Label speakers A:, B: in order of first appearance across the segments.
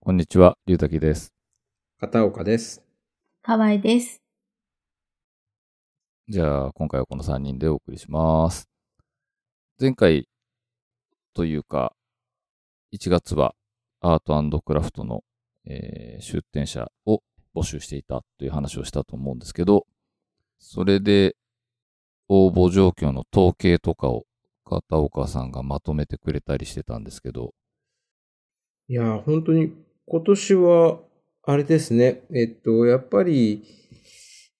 A: こんにちは、龍滝です。
B: 片岡です。
C: 河合です。
A: じゃあ、今回はこの3人でお送りします。前回というか、1月はアートクラフトの、えー出展者を募集していたという話をしたと思うんですけど、それで応募状況の統計とかを片岡さんがまとめてくれたりしてたんですけど、
B: いやー、本当に今年は、あれですね。えっと、やっぱり、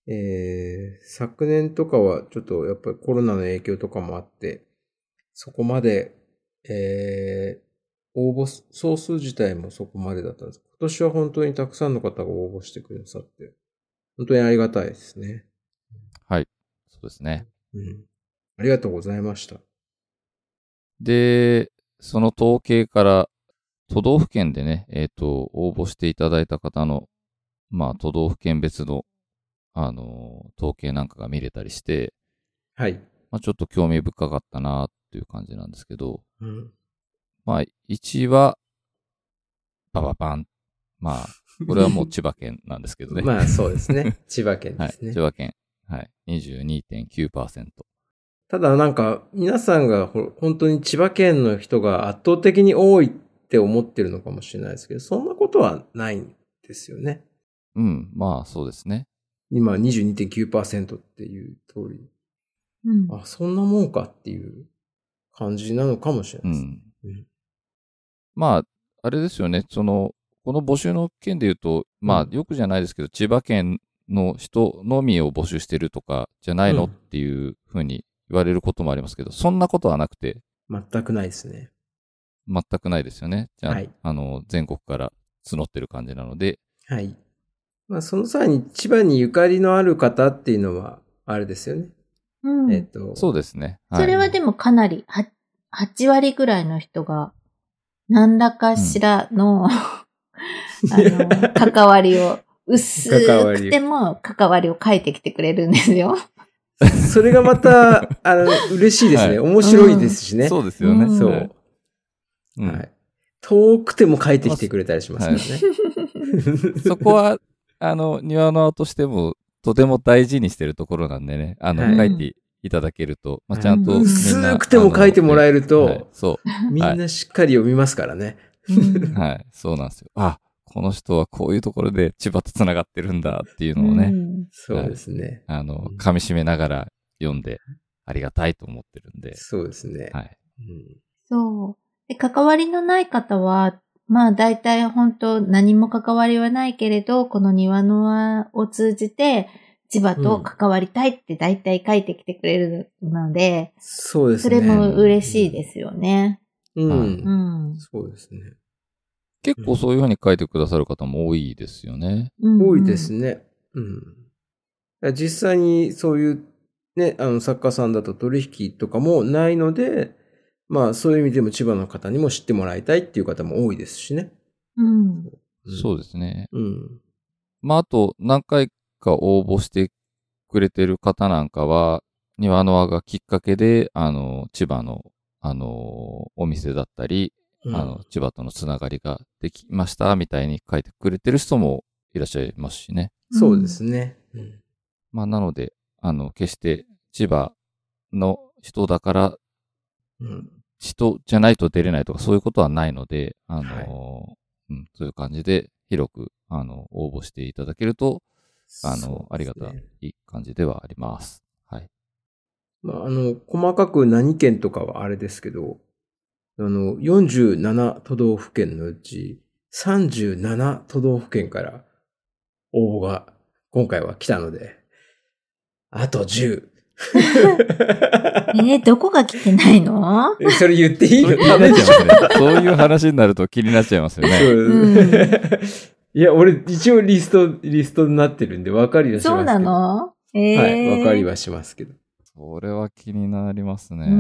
B: えー昨年とかはちょっとやっぱりコロナの影響とかもあって、そこまで、えー応募総数自体もそこまでだったんです。今年は本当にたくさんの方が応募してくださって、本当にありがたいですね。
A: そうですね。
B: うん。ありがとうございました。
A: で、その統計から、都道府県でね、えっ、と、応募していただいた方の、まあ、都道府県別の、あのー統計なんかが見れたりして、
B: はい。
A: まあ、ちょっと興味深かったな、っていう感じなんですけど、
B: うん。
A: まあ、1は、バババン。まあ、これはもう千葉県なんですけどね。
B: まあそうですね。千葉県
A: は
B: で
A: い、
B: すね。
A: 千葉県。はい。22.9%。
B: ただなんか、皆さんがほ本当に千葉県の人が圧倒的に多いって思ってるのかもしれないですけど、そんなことはないんですよね。
A: うん。まあ、そうですね。
B: 今22.9%っていう通り。
C: うん。
B: あ、そんなもんかっていう感じなのかもしれ
A: う
B: ないです。
A: ん
B: うん。
A: まあ、あれですよね、その、この募集の件で言うと、ま
B: う
A: あ、
B: ん
A: よくじゃないですけど、千葉県の人のみを募集してるとかじゃないの
B: う
A: っ
B: ん
A: ていうふうに言われることもありますけど、そんなことはなくて、
B: 全くないですね。
A: 全くないですよね。じゃあ、
B: はい
A: あの、全国から募ってる感じなので、
B: はい。まあその際に千葉にゆかりのある方っていうのは、あれですよね。
C: うん
B: えっと。
A: そうですね。はい、
C: それはでもかなり、は8割ぐらいの人が、何らかしらの、あの、関わりを、薄くても関わりを書いてきてくれるんですよ。
B: それがまた、あの、嬉しいです ね。
A: はい
B: 面白いですしね。
A: そうですよね。
C: うん
B: そう。
A: はいうん
B: はい。遠くても書いてきてくれたりしますから ね。
A: そこは、あの、庭のとしても、とても大事にしてるところなんでね、あの、
B: はい
A: 書いていただけると、まあ、ちゃんとみんな、
B: 薄くても書いてもらえる
A: はい
B: と、
A: そ
B: みんなしっかり読みますからね。
C: うん
A: う。はい。そうなんですよ。あ、この人はこういうところで千葉と繋がってるんだっていうのをね、
C: うん
B: そうですね。
A: あの
B: うん、
A: 噛み締めながら読んで、ありがたいと思ってるんで。
B: そうですね。
A: はい。
B: うん
C: そう。で、関わりのない方は、まあ大体本当何も関わりはないけれど、この庭の輪を通じて、千葉と関わりたいって大体書いてきてくれるので、
B: そうです
C: そ
B: ね。
C: れも嬉しいですよね。
B: う。
C: うんん。
B: そうですね。
A: 結構そういうふうに書いてくださる方も多いですよね。
C: うん
B: 多いです。ね。うん。実際にそういう、ね、あの、作家さんだと取引とかもないので、まあ、そういう意味でも千葉の方にも知ってもらいたいっていう方も多いですしね。
C: うん。
A: そう
B: で
A: ですね。
B: す。うん。
A: まあ、あと、何回か応募してくれてる方なんかは、庭の輪がきっかけで、あの、千葉の、あの、お店だったり、
B: うん
A: あの、千葉とのつながりができました、みたいに書いてくれてる人もいらっしゃいますしね。
B: そうですね。うん
A: まあ、なので、あの、決して千葉の人だから、
B: うん。
A: 人じゃないと出れないとか、そういうことはないので、あの、
B: は
A: うん、そういう感じで、広く、あの、応募していただけると、あ
B: そう
A: の、
B: ですね
A: ありがたい感じではあります。はい。
B: まあ、あの、細かく何県とかはあれですけど、あの、47都道府県のうち、37都道府県から応募が今回は来たので、あと10。
C: えーどこが来てない の
B: えそれ言っていい
A: そうい
B: の
A: う気になっちゃいますねそういう話になると気になっちゃいますよ
B: そう
A: ね。
C: う
B: いや、俺一応リスト、リストになってるんで分かりはしますけど。
C: そうなのえー、
B: はい、分かりはしますけど。
A: それは気になりますね。
C: う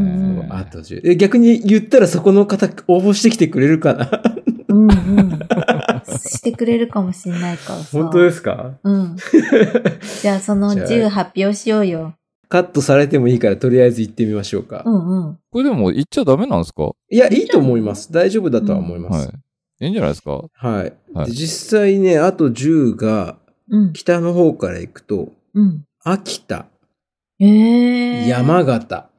C: ん
B: あと10。え逆に言ったらそこの方応募してきてくれるかな
C: うんうん。してくれるかもしれないからさ。。
B: 本当ですすか
C: うん。じゃあその
B: じゃあ
C: 10発表しようよ。
B: カットされてもいいから、とりあえず行ってみましょうか。
C: うんうん。
A: これでも言っちゃダメなんですか
B: いや、いいと思います。大丈夫だとは思いま
A: はい
B: す。。
A: いいんじゃないですか
B: はい。
A: はい
B: で実際ね、あと10が、
C: うん。
B: 北の方から行くと、
C: うん。
B: 秋田、
C: ええ。
B: 山形、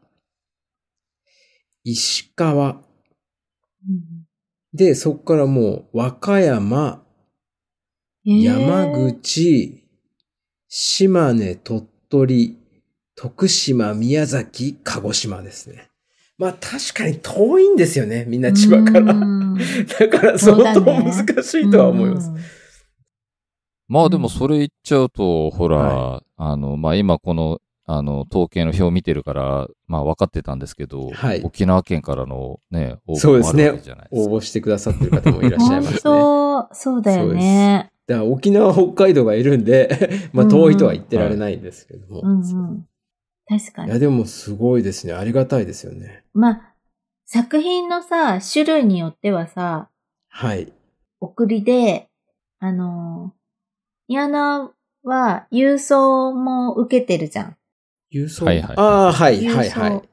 B: 石川、で、そこからもう、和歌山、
C: うん。ええ
B: 山。口、島根、鳥取、徳島、宮崎、鹿児島ですね。まあ確かに遠いんですよね、みんな千葉から。
C: うん
B: だから
C: そう
B: 相
C: だね
B: 当難しいとは思います。。
A: まあでもそれ言っちゃうと、ほら、
B: は
A: あの、まあ今この、あの、統計の表を見てるから、まあ分かってたんですけど、
B: はい
A: 沖縄県からのね、応
B: そ
A: 募
B: うで
A: もあ
B: すね
A: るわけじゃないですか。
B: 応募してくださってる方もいらっしゃいま
C: 本
B: すね。だか
C: 当、 そうだよね。
B: ら沖縄、北海道がいるん で、まあ遠いとは言ってられないんですけども。
C: うんうん。確か
B: い
C: に
B: や、。でもすごいですね。ありがたいですよね。
C: まあ、作品のさ、種類によってはさ、
B: はい。
C: 送りで、あのー、イアナは郵送も受けてるじゃん。
B: 郵送
A: はいはい
B: ああ、はい、
C: 郵送
B: はい、は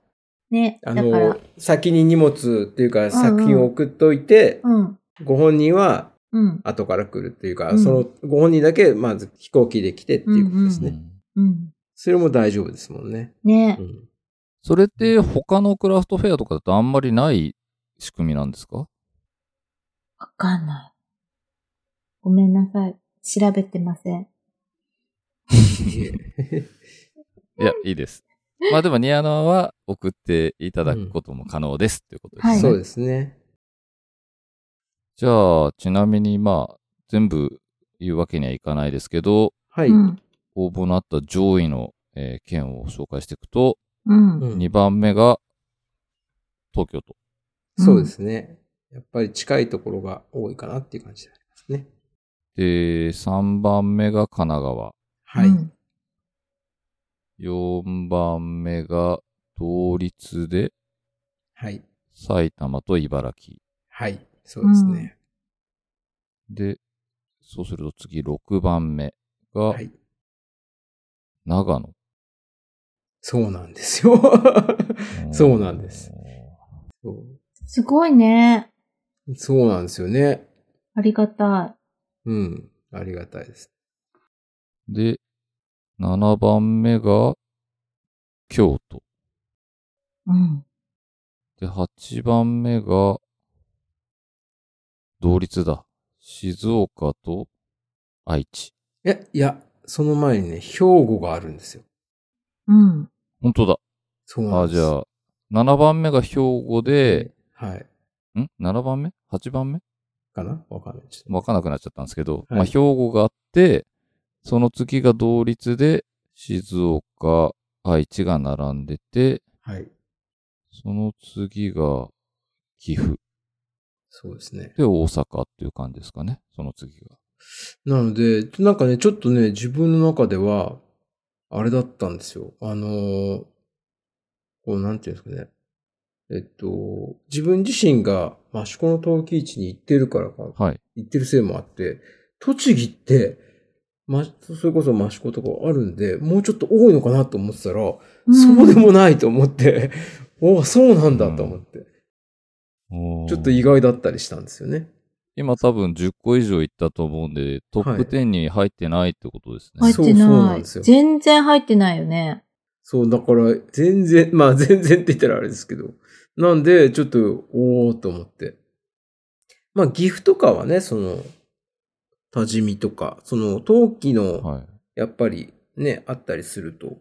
B: い。
C: ね。
B: あ
C: だから
B: の、、先に荷物っていうか作
C: うんう
B: 品
C: ん
B: を送っといて、
C: うん、
B: ご本人は
C: うん、
B: 後から来るっていうか、
C: うん
B: そのご本人だけまず飛行機で来てっていうことですね。
C: 応
A: うん
C: うん。
B: それも大丈夫ですもんね。
C: ね
B: う。ん
A: それって他のクラフトフェアとかだとあんまりない仕組みなんですか
C: わかんない。ごめんなさい。調べてません。
B: いえ
A: いや、いいです。まあでもニアナは送っていただくことも可能ですっていうことですね。
C: はい
B: そうですね。
A: じゃあ、ちなみにまあ、全部言うわけにはいかないですけど、
B: はい。
C: うん、
A: 応募のあった上位の、えー県を紹介していくと、
C: うん、
B: うん
A: 2番目が東京都。
B: そうですね。やっぱり近いところが多いかなっていう感じでありますね。
A: で、3番目が神奈川。
B: はい。
C: うん
A: 4番目が同率で
B: はい。
A: 埼玉と茨城。
B: はい。そうですね。
A: で、そうすると次6番目が
B: はい。
A: 長野。
B: そうなんですよ。 そうなんですそう
C: すごいね。
B: そうなんですよね。
C: ありがた
B: うん。ありがたいです。
A: で、7番目が京都。
C: い。うん。
A: で、8番目が同率だ。静岡と愛知。
B: いや、いや、その前にね、兵庫があるんですよ。
C: うん。
A: 本当だ。
B: そうな
A: あ、
B: んで
A: じ
B: す。
A: ゃあ、7番目が兵庫で、
B: はい。
A: ん ?7 番目 ?8 番目
B: かなわかんない。ちょっ
A: わかんなくなっちゃったんですけど、
B: はい
A: まあ、兵庫があって、その次が同率で、静岡、愛知が並んでて、
B: と。はい。
A: その次が岐阜
B: そうですね。
A: で大阪っていう感じですかね、その次が。
B: なので、なんかね、ちょっとね、自分の中では、あれだったんですよ。あのーこう、なんていうんですかね。えっと、自分自身が益子の陶器市に行ってるからか、
A: はい。
B: 行ってるせいもあって、栃木って、ま、それこそ益子とかあるんで、もうちょっと多いのかなと思ってたら、そうでもないと思って、 おお、そうなんだと思って、ちょっと意外だったりしたんですよね。
A: 今多分10個以上いったと思うんで、トップ10に入ってないってことですね。
C: 入っ
B: そう
C: て
B: そうな
C: なんい
B: ですよ
C: 全然入ってないよね。
B: そう、だから、全然、まあ全然って言ったらあれですけど。なんで、ちょっと、おおと思って。まあ、岐阜とかはね、その、多治見とか、その、陶器の、
A: はい。
B: やっぱりね、あったりすると、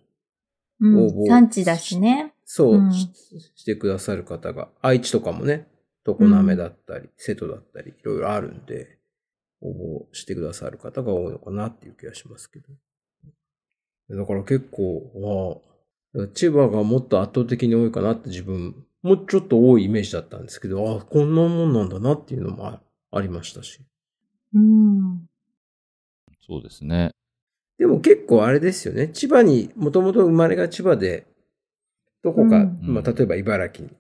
C: う
B: 応募
C: ん。産地だしね。
B: そう、
C: うん
B: ししてくださる方が、愛知とかもね、常滑だったり、瀬戸だったり、いろいろあるんで、応募してくださる方が多いのかなっていう気がしますけど。だから結構、ああ、千葉がもっと圧倒的に多いかなって自分、もうちょっと多いイメージだったんですけど、ああ、こんなもんなんだなっていうのもあありましたし。
C: うん。
A: そうですね。
B: でも結構あれですよね。千葉に、もともと生まれが千葉で、どこか、
C: うん
B: まあ、例えば茨城に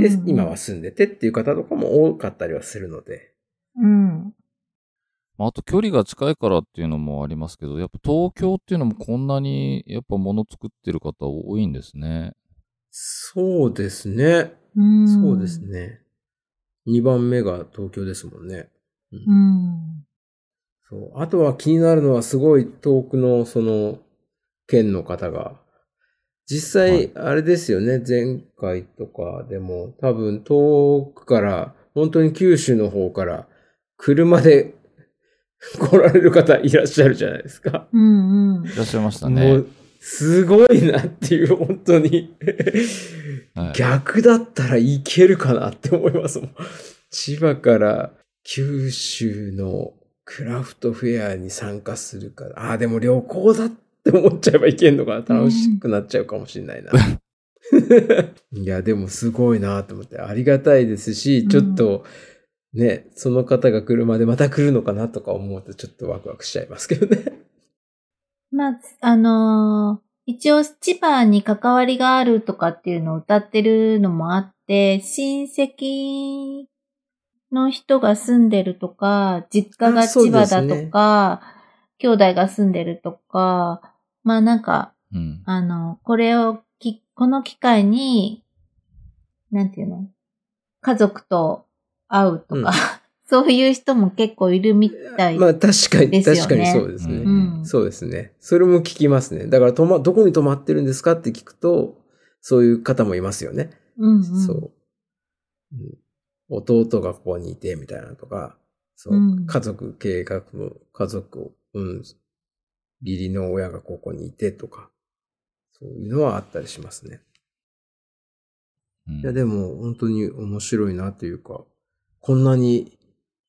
B: で、
C: うん
B: 今は。住んでてっていう方とかも多かったりはするので。
C: うん。
A: まあ、あと距離が近いからっていうのもありますけど、やっぱ東京っていうのもこんなにやっぱ物作ってる方多いんですね。
B: そうですね。
C: うん
B: そうです。ね。 2番目が東京ですもんね。
C: う。ん。
B: そう。あとは気になるのはすごい遠くのその県の方が。実
A: は
B: 際
A: い、
B: あれですよね、前回とかでも多分遠くから、本当に九州の方から車で来られる方いらっしゃるじゃないですか。
C: うんうん。
A: いらっしゃいました
B: も
A: ね
B: う。、すごいなっていう、本 当に。
A: はい
B: 逆だったらいけるかなって思いますもん。千葉から九州のクラフトフェアに参加するから、ああー、でも旅行だって思っちゃえばいけんのかな。楽しくなっちゃうかもしれないな。 いや、でもすごいなと思って、ありがたいですし、ちょっと、ね、その方が車でまた来るのかなとか思うとちょっとワクワクしちゃいますけどね。
C: まあ、あのー一応千葉に関わりがあるとかっていうのを歌ってるのもあって、親戚の人が住んでるとか、実家が
B: あそう
C: 千葉
B: です
C: だ
B: ね
C: とか、兄弟が住んでるとか、まあなんか、
A: うん。
C: あの、これをき、この機会に、なんていうの家族と会うとか、
B: うん
C: そういう人も結構いるみたい。
B: まあ確かに、
C: ですよね
B: 確かにそうですね。
A: うん
C: うん。
B: そうですね。それも聞きますね。だから、とま、どこに泊まってるんですかって聞くと、そういう方もいますよね。
C: うん、うん。
B: そう、うん弟がここにいて、みたいなのとか、そう、
C: うん
B: 家族計画の家族を、うん、義理の親がここにいてとか、そういうのはあったりしますね。
A: うん
B: いや、でも、本当に面白いなというか、こんなに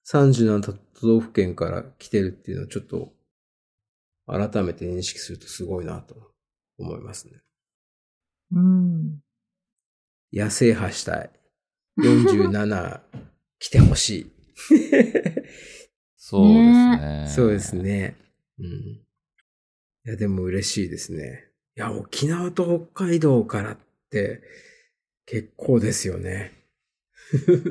B: 37都道府県から来てるっていうのをちょっと、改めて認識するとすごいなと思いますね。
C: うん。
B: 野生派したい。47来てほし
A: そうですね。
B: い。そうです。ね。うん。いや、でも嬉しいですね。いや、沖縄と北海道からって、結構ですよね。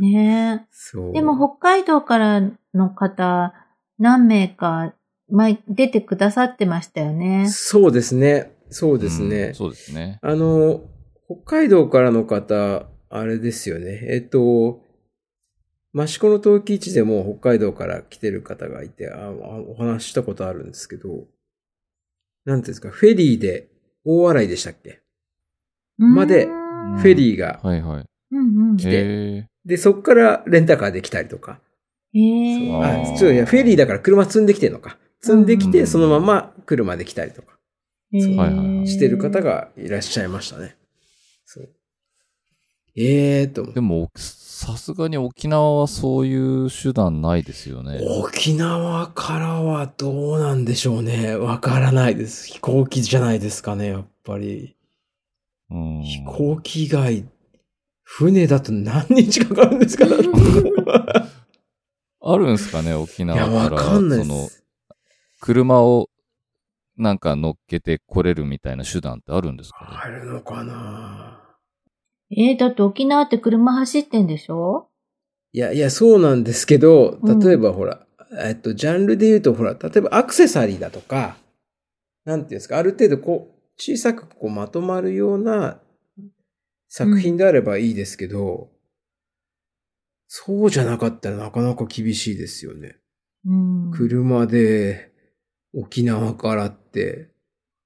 C: ねえ。
B: そう。
C: でも北海道からの方、何名か前出てくださってましたよね。
B: そうですね。そう
A: そ
B: ですね。
A: そうですね。
B: あの、北海道からの方、あれですよね。えっと、益子の陶器市でも北海道から来てる方がいて、ああお話ししたことあるんですけど、なんていうんですか、フェリーで、大洗でしたっけまで
C: うーん
A: うん
B: フェリーが。
A: はいはい。
C: うんうん。
B: 来
C: へ
B: て
A: へ
B: で、そっからレンタカーで来たりとか。
C: え。
A: そう
B: あ
A: ー
B: ちょっといや、フェリーだから車積んできてるのか。積んでき
A: う
B: て、
A: ん
B: そのまま車で来たりとか
C: へえ
A: はいはいはい
B: してる方。がいらっしゃいましたね。そう。ええー、と思っ
A: ー
B: て
A: でも、さすがに沖縄はそういう手段ないですよね。
B: 沖縄からはどうなんでしょうね。わからないです。飛行機じゃないですかね、やっぱり。
A: うん
B: 飛行機以外、船だと何日かかるんですかい
A: あるんですかね、沖縄
B: や、わ
A: から。
B: か んないで
A: その
B: す。
A: 車をなんか乗っけて来れるみたいな手段ってあるんですかね
B: あるのかな
C: えーだって沖縄って車走ってんでしょ
B: いや、いや、そうなんですけど、
C: うん
B: 例えばほら、えっと、ジャンルで言うとほら、例えばアクセサリーだとか、なんていうんですか、ある程度こう、小さくこうまとまるような作品であればいいですけど、そうじゃなかったらなかなか厳しいですよね。
C: うん。
B: 車で沖縄からって、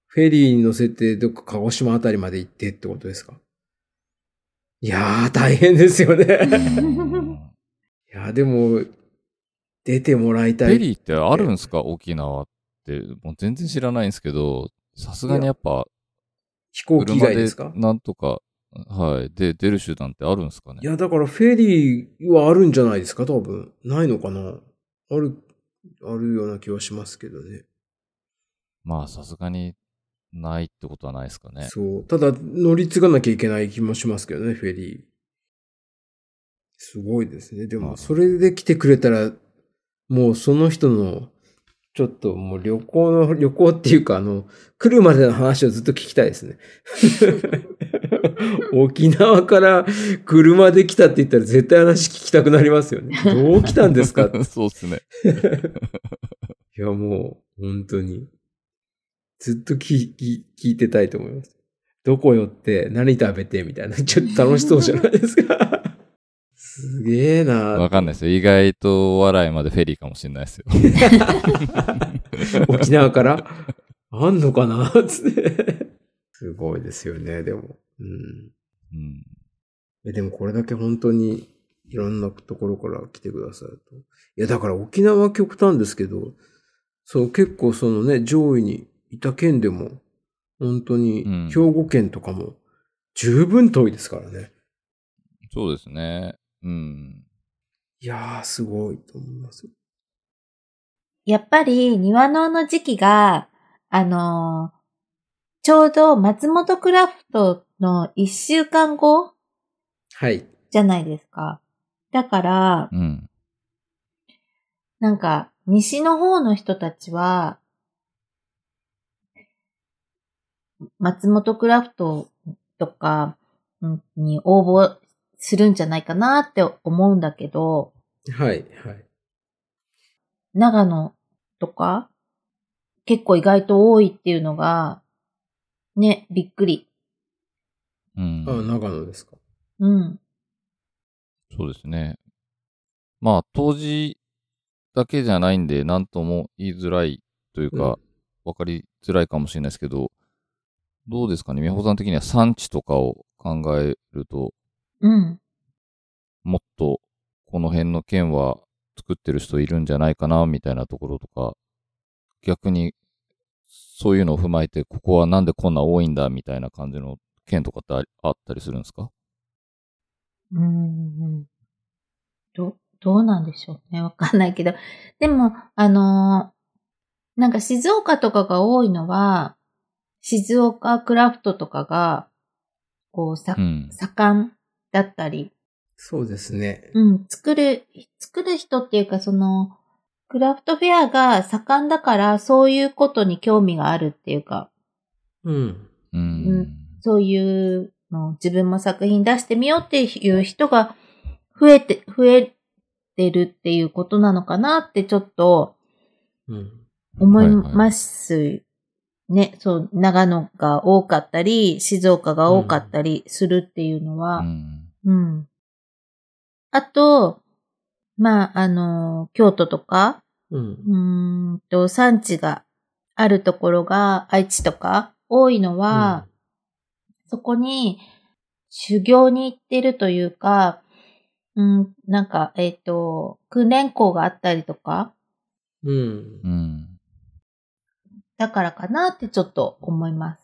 B: フェリーに乗せてどっか鹿児島あたりまで行ってってことですかいやー、大変ですよね。
A: うん
B: いや、でも、出てもらい
A: フ
B: たい。
A: ェリーってあるんですか、沖縄って。もう全然知らないんですけど、さすがにやっぱ、
B: 飛行機以
A: 車
B: 外で
A: です
B: か
A: なんとか、はい。で、出る手段ってあるんですかね
B: いや、だからフェリーはあるんじゃないですか多分。ないのかなある、あるような気はしますけどね。
A: まあ、さすがにないってことはないですかね。
B: そう。ただ、乗り継がなきゃいけない気もしますけどね、フェリー。すごいですね。で
A: は
B: も、
A: い
B: それで来てくれたら、もうその人の、ちょっともう旅行の、 旅行っていうか、あの、来るまでの話をずっと聞きたいですね。 沖縄から車で来たって言ったら絶対話聞きたくなりますよね。どう来たんですか
A: そうですね。
B: いや、もう、本当に。ずっと聞き、聞いてたいと思います。どこ寄って、何食べて、みたいな。ちょっと楽しそうじゃないですか。すすげえな
A: わかんないですよ。意外とお笑いまでフェリーかもしれないですよ。
B: 沖縄からあんのかなつって。すごいですよね、でも。うん。
A: うん、
B: えでもこれだけ本当にいろんなところから来てくださると。いや、だから沖縄は極端ですけど、そう、結構そのね、上位にいた県でも、本当
A: うん
B: に兵庫県とかも十分遠いですからね。
A: そうですね。うん。
B: いやー、すごいと思います。
C: やっぱり、庭のの時期が、あのーちょうど松本クラフトの一週間後
B: はい。
C: じゃないですか。だから、
A: うん。
C: なんか、西の方の人たちは、松本クラフトとかうんに応募するんじゃないかなって思うんだけど、
B: はい、はい。
C: 長野とか、結構意外と多いっていうのが、ね、びっくり。
A: うん。
B: あ、長野ですか。
C: うん。
A: そうですね。まあ、当時だけじゃないんで、なんとも言いづらいというか、わかりづらいかもしれないですけど、どうですかね、美穂さん的には産地とかを考えると、
C: うん。
A: もっとこの辺の県は作ってる人いるんじゃないかな、みたいなところとか、逆にそういうのを踏まえて、ここはなんでこんな多いんだ、みたいな感じの県とかってありあったりするんですか
C: うんうん。ど、どうなんでしょうね。わかんないけど。でも、あのーなんか静岡とかが多いのは、静岡クラフトとかが、こう、さ
A: う、ん。
C: 盛んだったり、
B: そうですね。
C: うん、作る、作る人っていうか、その、クラフトフェアが盛んだから、そういうことに興味があるっていうか、
B: うん。
A: うん。
C: うんそういうのを自分も作品出してみようっていう人が増えて、増えてるっていうことなのかなってちょっと
B: うん。
C: 思い
A: はいはい
C: ます。ね、そう、長野が多かったり、静岡が多かったりするっていうのは、
A: うん
C: うん。あと、まあ、あの、京都とか、
B: うん。
C: うーんと、産地があるところが、愛知とか、多いのは、そこに修行に行ってるというか、うん、なんか、えっ、と、訓練校があったりとか、
B: うん。うん
A: う。ん。
C: だからかなってちょっと思います。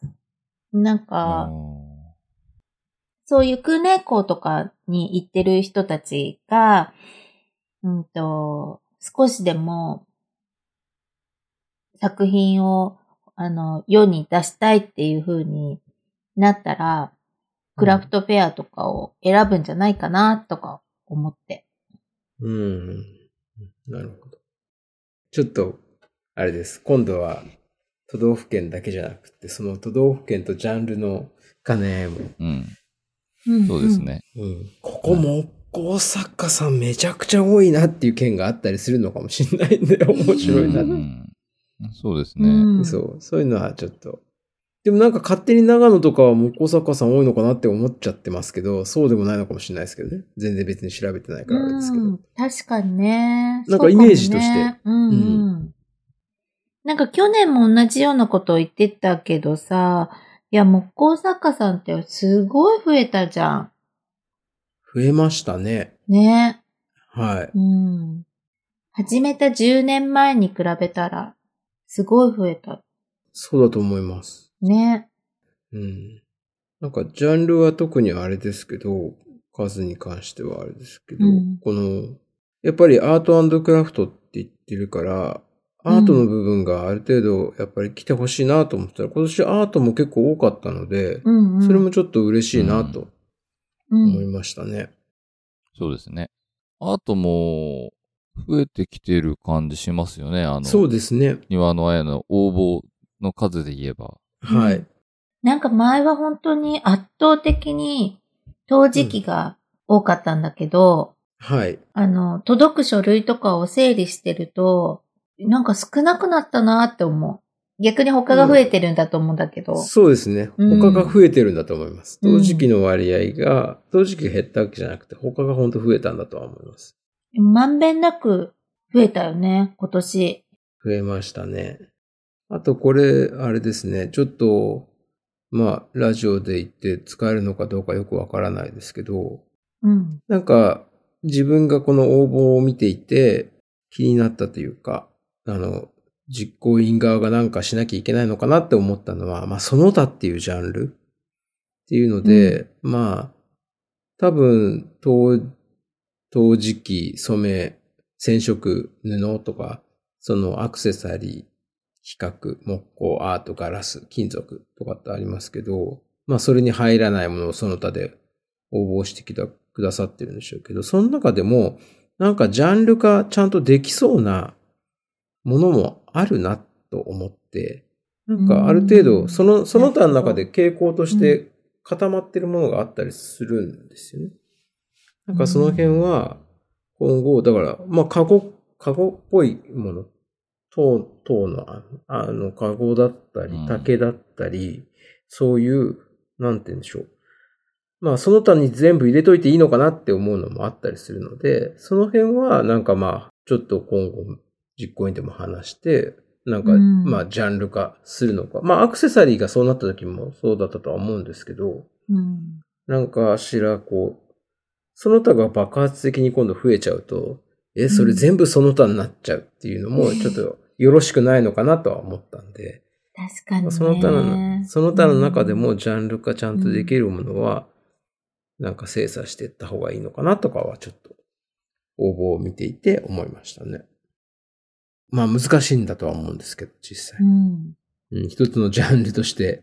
C: なん
A: あ
C: か、
A: ー
C: そういう訓練校とかに行ってる人たちが、うんと、少しでも作品をあの世に出したいっていう風になったら、クラフトフェアとかを選ぶんじゃないかなとか思って。
B: うん。なるほど。ちょっと、あれです。今度は、都道府県だけじゃなくて、その都道府県とジャンルの兼ね合いも。
A: うん。
C: うん
A: そうです。ね。
B: うん。ここ木工作家さんめちゃくちゃ多いなっていう県があったりするのかもしれないん で、面白いなって。
A: うんそうです
C: う
A: ね。
C: ん、
B: そう、そういうのはちょっと。でもなんか勝手に長野とかは木工作家さん多いのかなって思っちゃってますけど、そうでもないのかもしれないですけどね。全然別に調べてないからあれですけど。
C: うん確かにね。
B: なんかイメージとして
C: そうかもねうんうん。なんか去年も同じようなことを言ってたけどさ、いや、木工作家さんってすごい増えたじゃん。
B: 増えましたね。
C: ね。
B: はい。
C: うん。始めた10年前に比べたら、すごい増えた。
B: そうだと思います。
C: ね。
B: うん。なんかジャンルは特にあれですけど、数に関してはあれですけど、
C: うん
B: この、やっぱりアートクラフトって言ってるから、アートの部分がある程度やっぱり来てほしいなと思ってたら、今年アートも結構多かったので、
C: うん、うん。
B: それもちょっと嬉しいなと
C: う
B: 思い
C: ん。
B: ましたね。
A: そうですね。アートも増えてきてる感じしますよね。あの、
B: そうですね。
A: 庭の綾の応募の数で言えば。
B: は
C: う
B: い
C: ん。なんか前は本当に圧倒的に陶磁器が多かったんだけど、
B: はい。
C: あの、届く書類とかを整理してると、なんか少なくなったなって思逆に他が増えてるんだと思うんだけど。
B: そうですね。
C: うん
B: 他が増えてるんだと思います。
C: う
B: 陶
C: ん
B: 磁器の割合が、陶磁器が減ったわけじゃなくて、他が本当増えたんだとは思います。
C: まんべんなく増えたよね、今年。
B: 増えましたね。あとこれ、あれですね。ちょっと、まあ、ラジオで言って使えるのかどうかよくわからないですけど、
C: うん。
B: なんか、自分がこの応募を見ていて、気になったというか、あの、実行委員側がなんかしなきゃいけないのかなって思ったのは、まあ、その他っていうジャンルっていうので、まあ、多分、陶、陶磁器、染め、染色、布とか、そのアクセサリー、比較、木工、アート、ガラス、金属とかってありますけど、まあそれに入らないものをその他で応募してきた、くださってるんでしょうけど、その中でも、なんかジャンル化ちゃんとできそうなものもあるなと思って、なんかある程
C: う
B: 度、
C: ん
B: その、その他の中で傾向として固まってるものがあったりするんですよね。なんかその辺は、今後、だから、まあ、カゴ、カゴっぽいもの、等々の、ああの、カゴだった
A: う
B: り
A: ん、
B: 竹だったり、そういう、なんて言うんでしょう。まあ、その他に全部入れといていいのかなって思うのもあったりするので、その辺は、なんかまあ、ちょっと今後、実行委員でも話して、なんか、
C: うん
B: まあ、ジャンル化するのか。まあ、アクセサリーがそうなった時もそうだったとは思うんですけど、
C: うん。
B: なんかしら、こう、その他が爆発的に今度増えちゃうと、え、それ全部その他になっちゃうっていうのも、ちょっとよろしくないのかなとは思ったん で、
C: 確かにね。
B: その他の、その他の中でもジャンル化ちゃんとできるものは、なんか精査していった方がいいのかなとかは、ちょっと、応募を見ていて思いましたね。まあ難しいんだとは思うんですけど、実際
C: う。ん。
B: うん、一つのジャンルとして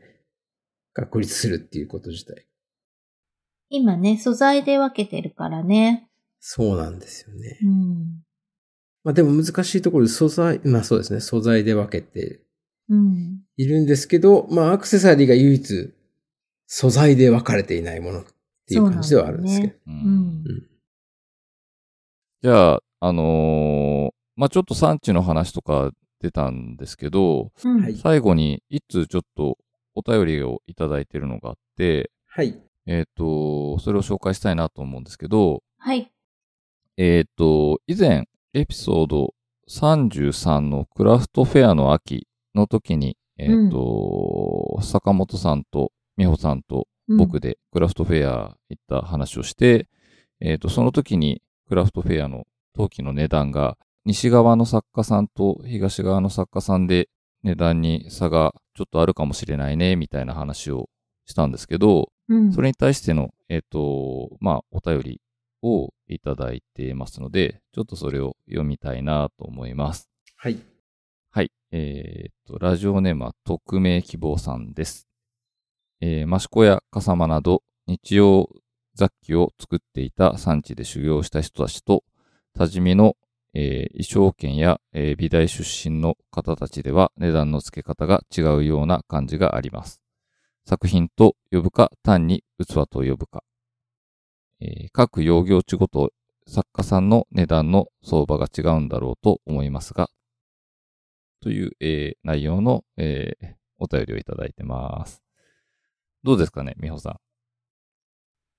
B: 確立するっていうこと自体。
C: 今ね、素材で分けてるからね。
B: そうなんですよね。
C: うん。
B: まあでも難しいところで素材、まあそうですね、素材で分けて
C: うん。
B: いるんですけど、まあアクセサリーが唯一素材で分かれていないものっていう感じではあるんですけど。
A: う
C: うんん。
A: じゃあ、あのーまあ、ちょっと産地の話とか出たんですけど、
C: うん。
B: はい
A: 最後に一通ちょっとお便りをいただいてるのがあって、
B: はい。
A: えっ、と、それを紹介したいなと思うんですけど、
C: はい。
A: えっ、と、以前、エピソード33のクラフトフェアの秋の時に、えっ、と、坂本さんと美穂さんと
C: うん
A: 僕。でクラフトフェア行った話をして、えっ、と、その時にクラフトフェアの陶器の値段が西側の作家さんと東側の作家さんで値段に差がちょっとあるかもしれないね、みたいな話をしたんですけど、
C: うん。
A: それに対しての、えっ、と、まあ、お便りをいただいてますので、ちょっとそれを読みたいなと思います。
B: はい。
A: はい。えーっと、ラジオネームは匿名希望さんです。えー、益子や笠間など、日用雑器を作っていた産地で修行した人たちと、多治見の、えー、衣装圏や、えー美大出身の方たちでは値段の付け方が違うような感じがあります。作品と呼ぶか、単に器と呼ぶか。えー各用行地ごと作家さんの値段の相場が違うんだろうと思いますが、という、えー内容の、えーお便りをいただいてます。どうですかね、みほさ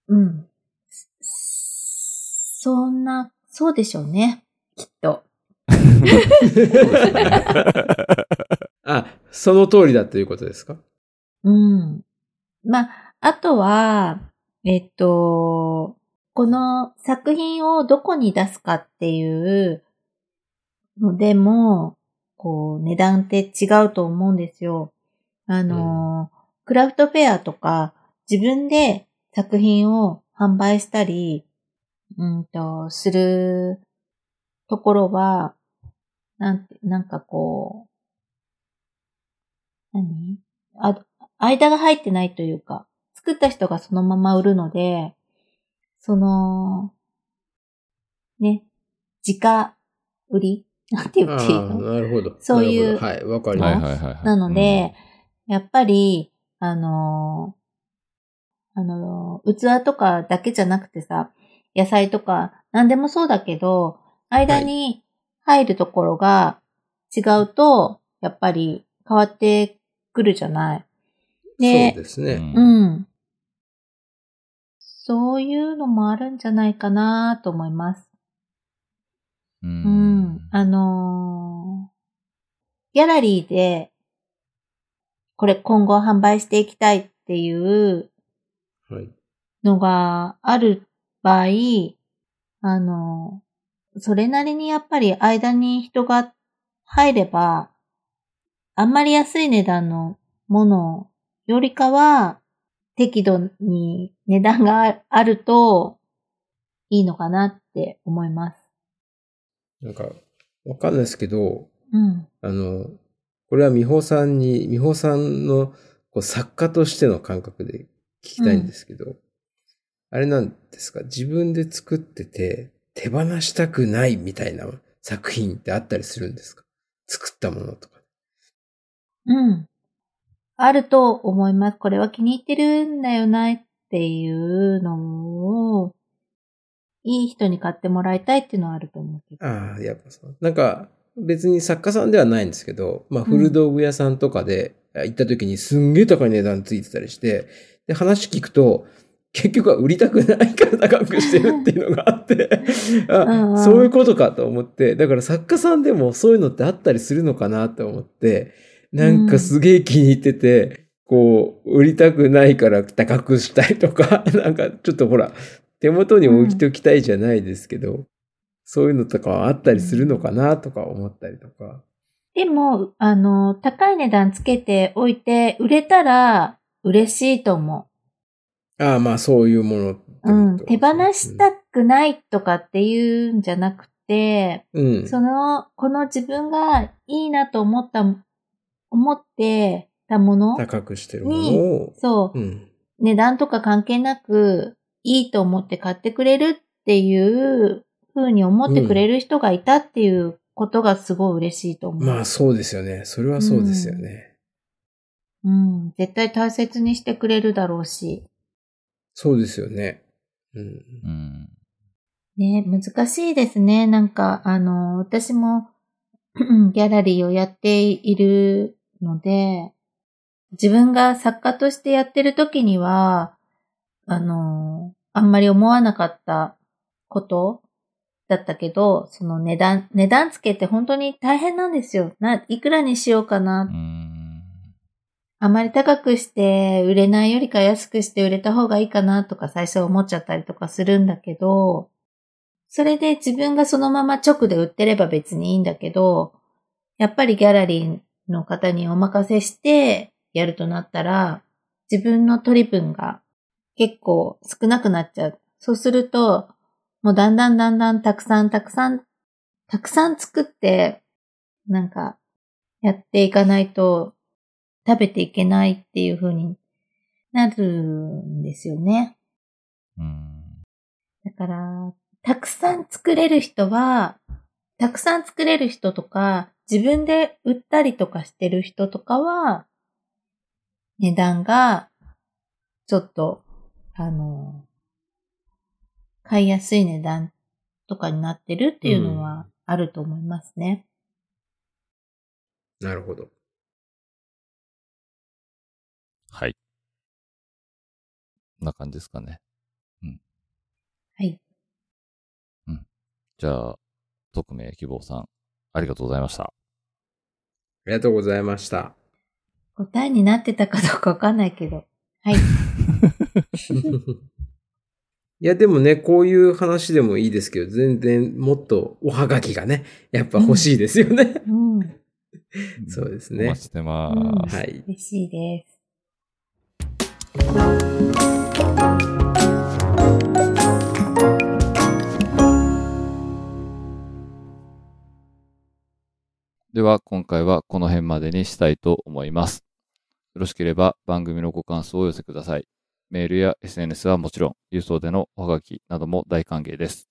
A: ん。
C: うん。そそんな、そうでしょうね。きっと。
B: あ、その通りだということですか
C: うん。まあ、あとは、えっと、この作品をどこに出すかっていうのでも、こう、値段って違うと思うんですよ。あの、クラフトフェアとか、自分で作品を販売したり、うんと、するところは、なんて、なんかこう、何あ間が入ってないというか、作った人がそのまま売るので、その、ね、自家売り なんて言
B: あ
C: っていい
B: あ、
C: の
B: なるほど。
C: そういう
B: なるほどはい、わかり
A: はい
B: ま
A: はいはいはい。
C: なので、やっぱり、あのーあのー器とかだけじゃなくてさ、野菜とか何でもそうだけど、間に入るところが違うと、やっぱり変わってくるじゃない。
B: そう
C: で、
B: ですね。
C: う
A: うん
C: ん。そういうのもあるんじゃないかなと思います。
A: う
C: うんん。あのーギャラリーで、これ今後販売していきたいっていう
B: はい。
C: のがある場合、あの、それなりにやっぱり間に人が入れば、あんまり安い値段のものよりかは、適度に値段があるといいのかなって思います。
B: なんか、わかんないですけど、
C: うん。
B: あの、これは美穂さんに、美穂さんのこう作家としての感覚で聞きたいんですけど、あれなんですか、自分で作ってて手放したくないみたいな作品ってあったりするんですか作ったものとか。
C: うん。あると思います。これは気に入ってるんだよなっていうのを、いい人に買ってもらいたいっていうのはあると思うけど。
B: ああ、やっぱそう。なんか、別に作家さんではないんですけど、まあ、古道具屋さんとかであ行った時にすんげえ高い値段ついてたりして、で、話聞くと、結局は売りたくないから高くしてるっていうのがあって、
C: うんう
B: あ
C: ん
B: そういうことかと思って、だから作家さんでもそういうのってあったりするのかなと思って、なんかすげえ気に入ってて、こう、売りたくないから高くしたいとか、 なんかちょっとほら、手元に置いておきたいじゃないですけど、そういうのとかはあったりするのかなとか思ったりとか。
C: でも、あの、高い値段つけておいて、売れたら嬉しいと思
B: ああ、まあそういうものってこと
C: う。うん。手放した。くないとかっていうんじゃなくて、
B: うん。
C: その、この自分がいいなと思った、思ってたもの、
B: 高くしてるものを。
C: そう
B: う、ん。
C: 値段とか関係なく、いいと思って買ってくれるっていう風に思ってくれる人がいたっていうことがすごい嬉しいと思う。
B: まあそうですよね。それはそうですよね。
C: うん。絶対大切にしてくれるだろうし。
B: そうですよね。うん。
A: うん
C: ね、難しいですね。なんか、あの、私もギャラリーをやっているので、自分が作家としてやってる時には、あの、あんまり思わなかったことだったけど、その値段、値段つけて本当に大変なんですよ。な、いくらにしようか
A: う
C: な。
A: ん
C: あまり高くして売れないよりか安くして売れた方がいいかなとか最初思っちゃったりとかするんだけど、それで自分がそのまま直で売ってれば別にいいんだけど、やっぱりギャラリーの方にお任せしてやるとなったら、自分の取り分が結構少なくなっちゃう。そうすると、もうだんだんだんだんたくさんたくさん、たくさん作って、なんか、やっていかないと食べていけないっていう風になるんですよね。
A: うん
C: だから、たくさん作れる人は、たくさん作れる人とか、自分で売ったりとかしてる人とかは、値段が、ちょっと、あの、買いやすい値段とかになってるっていうのはあると思いますね。
B: なるほど。
A: はい。こんな感じですかね。
C: はい。
A: じゃあ、匿名希望さん、ありがとうございました。
B: ありがとうございま した。
C: 答えになってたかどうかわかんないけど。はい。
B: いや、でもね、こういう話でもいいですけど、全然もっとおはがきがね、やっぱ欲しいですよ ね。
C: うん。
B: そうです
A: お
B: ね
A: 待。ちしてま
C: うん
A: す。
B: はい。
C: 嬉しいです。
A: では、今回はこの辺までにしたいと思います。よろしければ番組のご感想をお寄せください。メールや SNS はもちろん、郵送でのおはがきなども大歓迎です。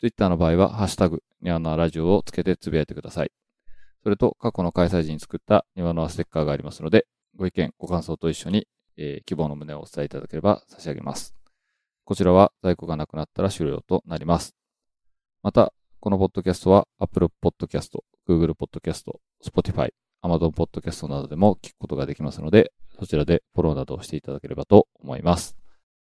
A: Twitter の場合は、ハッシュタグ、ニワノアラジオをつけてつぶやいてください。それと、過去の開催時に作ったニワノアステッカーがありますので、ご意見、ご感想と一緒に、えー希望の旨をお伝えいただければ差し上げます。こちらは在庫がなくなったら終了となります。また、このポッドキャストは Apple Podcast、Google Podcast、Spotify、 Amazon Podcast などでも聞くことができますので、そちらでフォローなどをしていただければと思います。